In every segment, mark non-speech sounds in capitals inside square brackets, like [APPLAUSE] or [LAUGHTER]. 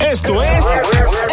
Esto es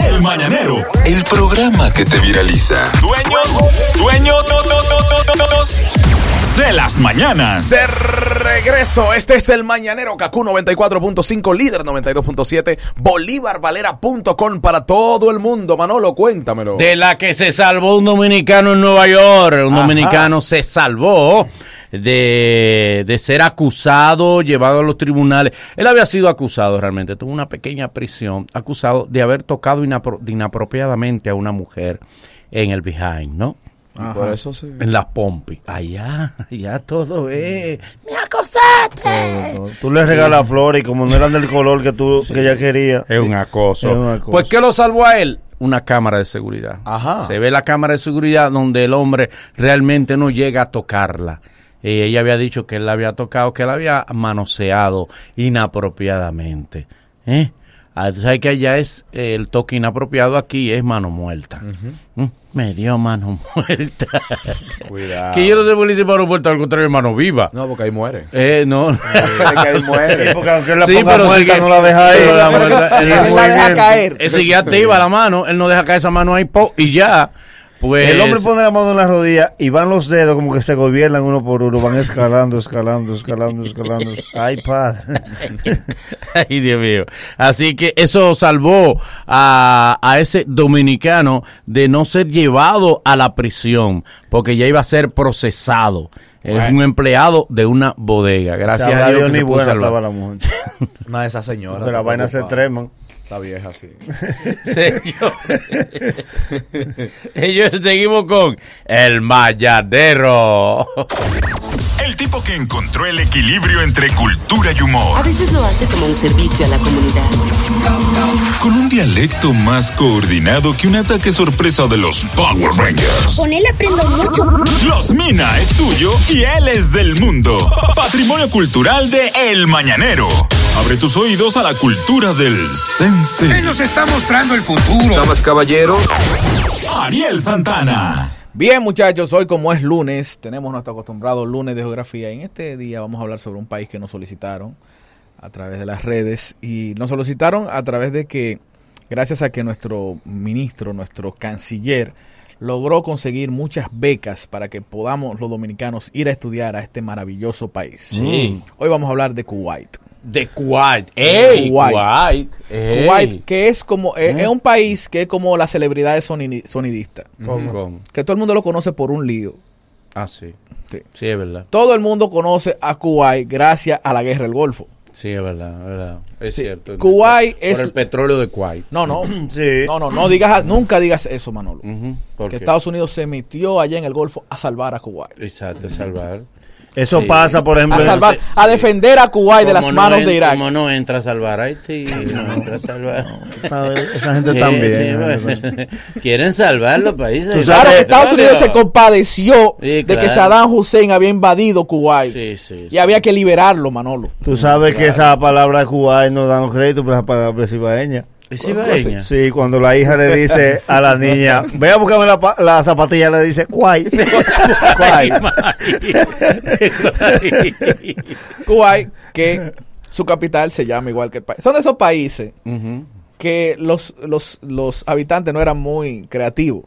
El Mañanero. El programa que te viraliza. Dueños, dueños, no, no, no, no, no, no, de las mañanas. De regreso, este es el Mañanero Kaku 94.5, líder 92.7, bolívarvalera.com para todo el mundo. Manolo, cuéntamelo. De la que se salvó un dominicano en Nueva York. Un Ajá. dominicano se salvó de, de ser acusado, llevado a los tribunales. Él había sido acusado realmente, tuvo una pequeña prisión, acusado de haber tocado inapro- de inapropiadamente a una mujer en el behind, ¿no? Y por eso sí. En la pompi. Allá, allá todo es. ¡Me acosaste! Tú le regalas flores y como no eran del color que tú que ella quería. Es un acoso. Es un acoso. Pues ¿qué lo salvó a él? Una cámara de seguridad. Ajá. Se ve la cámara de seguridad donde el hombre realmente no llega a tocarla. Eh, ella había dicho que él la había tocado, que la había manoseado inapropiadamente. ¿Eh? Ah, tú sabes que allá es eh, el toque inapropiado, aquí es mano muerta. Mm, Me dio mano [LAUGHS] muerta. Cuidado. Que yo no sé por qué le hice mano muerta, al contrario, mano viva. No, porque ahí [LAUGHS] muere. Eh, [LAUGHS] no. que ahí Sí, [LAUGHS] muere. porque aunque la Eh, Sí, ponga pero muerta, sigue- no la deja ahí. pero la muerta- Sigue Él la moviendo. deja caer. Él sigue activa la mano, él no deja caer esa mano ahí po, y ya. Pues El hombre pone la mano en la rodilla y van los dedos como que se gobiernan uno por uno, van escalando, escalando, escalando, escalando. Ay, padre. [LAUGHS] Ay, Dios mío. Así que eso salvó a, a ese dominicano de no ser llevado a la prisión, porque ya iba a ser procesado. Es Bueno. un empleado de una bodega. Gracias Sabrá a Dios. que ni se pudo buena salvar. [LAUGHS] estaba la mujer. No, esa señora. Pero la está vaina se preocupada. trema. Está vieja, sí. Señores. Ellos seguimos con el mayadero. El tipo que encontró el equilibrio entre cultura y humor. A veces lo hace como un servicio a la comunidad. Con un dialecto más coordinado que un ataque sorpresa de los Power Rangers. Con él aprendo mucho. Los Mina es suyo y él es del mundo. Patrimonio cultural de El Mañanero. Abre tus oídos a la cultura del sense. Él nos está mostrando el futuro. Ariel Santana. Bien, muchachos, hoy como es lunes, tenemos nuestro acostumbrado lunes de geografía. Y en este día vamos a hablar sobre un país que nos solicitaron a través de las redes. Y nos solicitaron a través de que, gracias a que nuestro ministro, nuestro canciller, logró conseguir muchas becas para que podamos los dominicanos ir a estudiar a este maravilloso país. Sí. Hoy vamos a hablar de Kuwait. De Kuwait. ¡Ey! Kuwait. Kuwait. Ey. Kuwait, que es como, eh, es, es un país que es como las celebridades sonini- sonidistas. Con- Que todo el mundo lo conoce por un lío. Ah, sí. Sí. Sí, es verdad. Todo el mundo conoce a Kuwait gracias a la guerra del Golfo. Sí, es verdad. Es, verdad. es cierto. Kuwait por es- el petróleo de Kuwait. No, [CLEARS THROAT] no. Sí. No, no, no digas, nunca digas eso, Manolo. Ujú, Que porque- Estados Unidos se metió allá en el Golfo a salvar a Kuwait. Exacto, salvar. Eso Sí. pasa, por ejemplo. A en- salvar, sí, a sí. defender a Kuwait de Como las no manos en- de Irak. Como no entra a salvar [LAUGHS] a Haití, no entra a salvar. Esa esa gente Sí, también. sí, bueno. [LAUGHS] Quieren salvar los países. Tú Claro sabes- que Estados Unidos se compadeció Sí, de que claro. Saddam Hussein había invadido Kuwait. Sí, sí, Y había que liberarlo, [LAUGHS] Manolo. Tú sabes que esa palabra cubana no dan los créditos, pero esa palabra es ibaeña. ¿Es ibaeña? Sí, cuando la hija le dice a la niña, [LAUGHS] ve a buscarme la, pa- la zapatilla, le dice, guay. Kuwait, Kuwait. Kuwait, que su capital se llama igual que el país. Son de esos países Ujú. que los, los, los habitantes no eran muy creativos.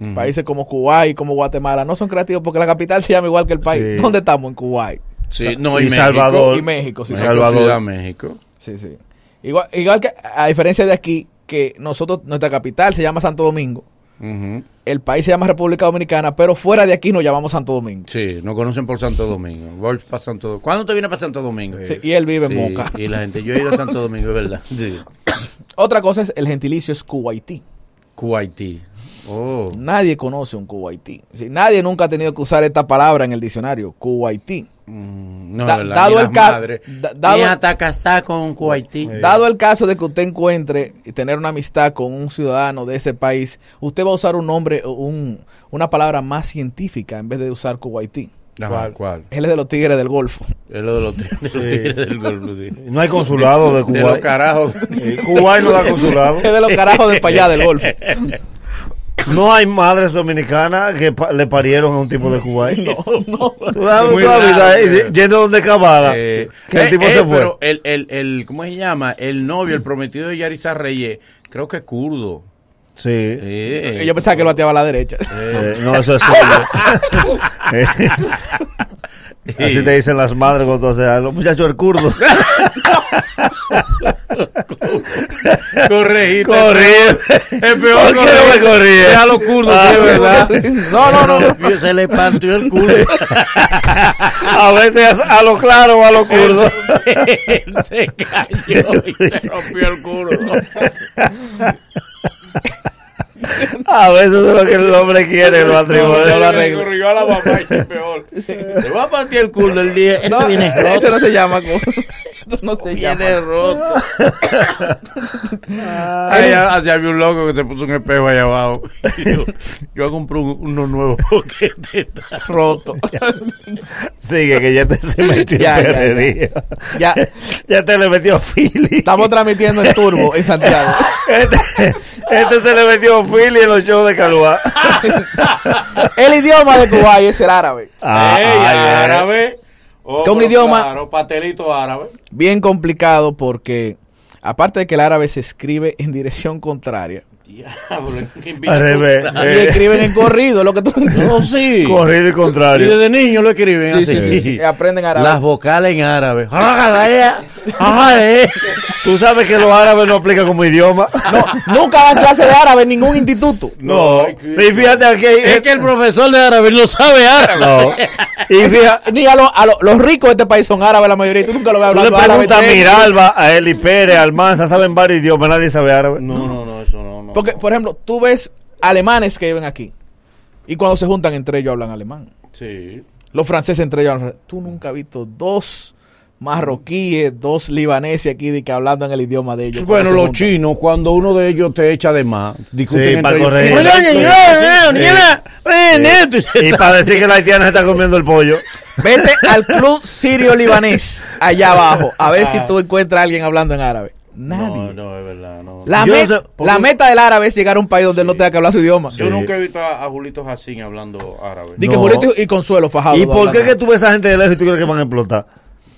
Ujú. Países como Kuwait, como Guatemala, no son creativos porque la capital se llama igual que el país. Sí. ¿Dónde estamos? En Kuwait. Sí, no, Y y, Salvador. Y México, sí. México. sí. México, Salvador. Ciudad México. Sí, sí. Igual, igual que, a diferencia de aquí, que nosotros, nuestra capital se llama Santo Domingo, Ujú. el país se llama República Dominicana, pero fuera de aquí nos llamamos Santo Domingo. Sí, nos conocen por Santo Domingo. Voy para Santo Domingo. ¿Cuándo te viene para Santo Domingo? Sí, y él vive en Moca. Y la gente, yo he ido a Santo Domingo, es verdad. Sí. Otra cosa es el gentilicio es Kuwaití. Kuwaití. Oh. Nadie conoce un Kuwaití. Sí, nadie nunca ha tenido que usar esta palabra en el diccionario, Kuwaití. Mm, No, Da- es verdad, dado ni el las ca- madres. da- dado- Ni hasta casar con Kuwaití. Eh, Dado el caso de que usted encuentre y tener una amistad con un ciudadano de ese país, usted va a usar un nombre, o un, una palabra más científica en vez de usar Kuwaití. Ajá, ¿Cuál? ¿Cuál? Él es de los tigres del Golfo. Es lo de los tigres de los tigres del Golfo, sí. No hay consulado de De los Cuba. carajos. Eh, [LAUGHS] Cuba no da consulado. Es de los carajos de para allá del Golfo. No hay madres dominicanas que pa- le parieron a un tipo de Cuba. No, no. Tú sabes, Muy tú sabes, raro, ahí, pero- yendo donde cavada. Eh, que el eh, tipo eh, se fue. pero el, el, el- ¿cómo se llama? El novio, el prometido de Yarisa Reyes, creo que es kurdo. Sí. Eh, Yo pensaba que lo bateaba a la derecha. [LAUGHS] Eh, no, eso es serio. [LAUGHS] Eh, Así te dicen las madres cuando tú haces algo. Muchacho, el [LAUGHS] kurdo. [LAUGHS] Corregiste. Corrido. Es peor ¿Por qué no me corrí? Ah, Ya los kurdos, sí, es verdad. No, no, no. Se le partió el culo. A veces a lo claro o a lo kurdo. Él se cayó y se rompió el culo. A veces es lo que el hombre quiere, el matrimonio. No, no, no. Le corrió a la mamá y es peor. Se va a partir el culo el día. Ese No, viene roto. Este no se llama. como- [LAUGHS] Esto no se Viene llama. roto. Ay, así había un loco que se puso un espejo allá abajo. Y [LAUGHS] Yo, yo compré un- uno nuevo porque este está [LAUGHS] Roto. Sigue, que ya te se metió en Ya, ya, ya. perrería. Ya. Ya te le metió Philly. Estamos transmitiendo en Turbo, en [LAUGHS] Santiago. Este, este se le metió Philly en los shows de Calvá. El idioma de Kuwait es el árabe. Ah, [LAUGHS] Ey, ay, ay. árabe. Oh, Con pero idioma- Claro, pastelito árabe. [LAUGHS] Bien complicado porque, aparte de que el árabe se escribe en dirección contraria, Diablo, qué Ah, invito. Al revés. y Eh, escriben en corrido, lo que tú no entiendes. No, [LAUGHS] sí. corrido y Y contrario. desde niño lo escriben Sí, así. sí, sí, sí. Aprenden árabe. Las vocales en árabe. eh. Árabe. Tú sabes que los árabes no aplican como idioma. No, nunca dan clase de árabe en ningún instituto. No. No, Y fíjate aquí. hay- Es que el profesor de árabe no sabe árabe. No. Y [LAUGHS] fíjate. Ni a, los- a los- los ricos de este país son árabes la mayoría. y Tú nunca lo ves Tú hablando le árabe. preguntas a Tres. Miralba, a Eli Pérez, a Almanza, saben varios idiomas, nadie sabe árabe. No, no, no, eso no. no. Porque, por ejemplo, tú ves alemanes que viven aquí. Y cuando se juntan entre ellos hablan alemán. Sí. Los franceses entre ellos hablan francés. Tú nunca has visto dos marroquíes, dos libaneses aquí de que hablando en el idioma de ellos. cuando Bueno, se los juntan. chinos, cuando uno de ellos te echa de más, Sí, discuten para entre ellos. corregir. Bueno, Sí. señor, Sí. señora, eh, neto, y se Y está- para decir que la haitiana se está comiendo el pollo. Vete al club sirio libanés allá abajo a ver si tú encuentras a alguien hablando en árabe. Nadie. Ah. No, no, es verdad. no. La, Yo me- no sé, ¿por la qué? meta del árabe es llegar a un país donde él no tenga que hablar su idioma. Yo Sí. nunca he visto a, a Julito Jacín hablando árabe. Di que No. Julito y Consuelo fajado. ¿Y por hablando qué que árabe. tú ves a esa gente de lejos y tú crees que van a explotar?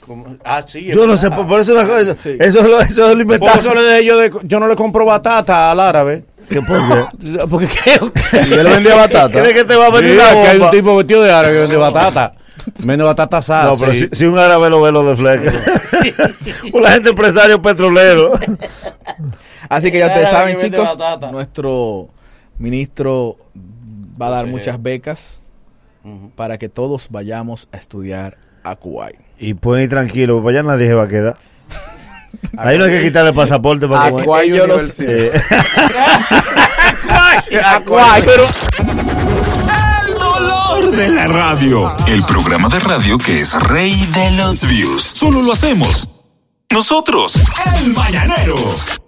Como- Ah, sí. es Yo no verdad. sé, por, por eso es una cosa. Eso, eso es lo, eso es lo Por eso inventado. le dejé yo de- yo no le compro batata al árabe. ¿Qué por qué? [LAUGHS] Porque creo que. Yo le vendía batata. ¿Crees que te va a meter Sí, una que hay un bomba? tipo vestido de árabe que vende batata. Vende batata asada. No, pero sí. si, si un árabe lo ve lo de [LAUGHS] fleca. [LAUGHS] un agente empresario petrolero. Así que ya Árabe ustedes saben, que vende chicos, batata. nuestro ministro va a dar muchas becas para que todos vayamos a estudiar a Kuwait. Y pueden ir tranquilos, porque allá nadie se va a quedar. Ahí no hay que quitarle el pasaporte para A que Kuwait yo lo sé. Eh, [LAUGHS] A Kuwait. El dolor de la radio. El programa de radio que es rey de los views. Solo lo hacemos. Nosotros. El Mañanero.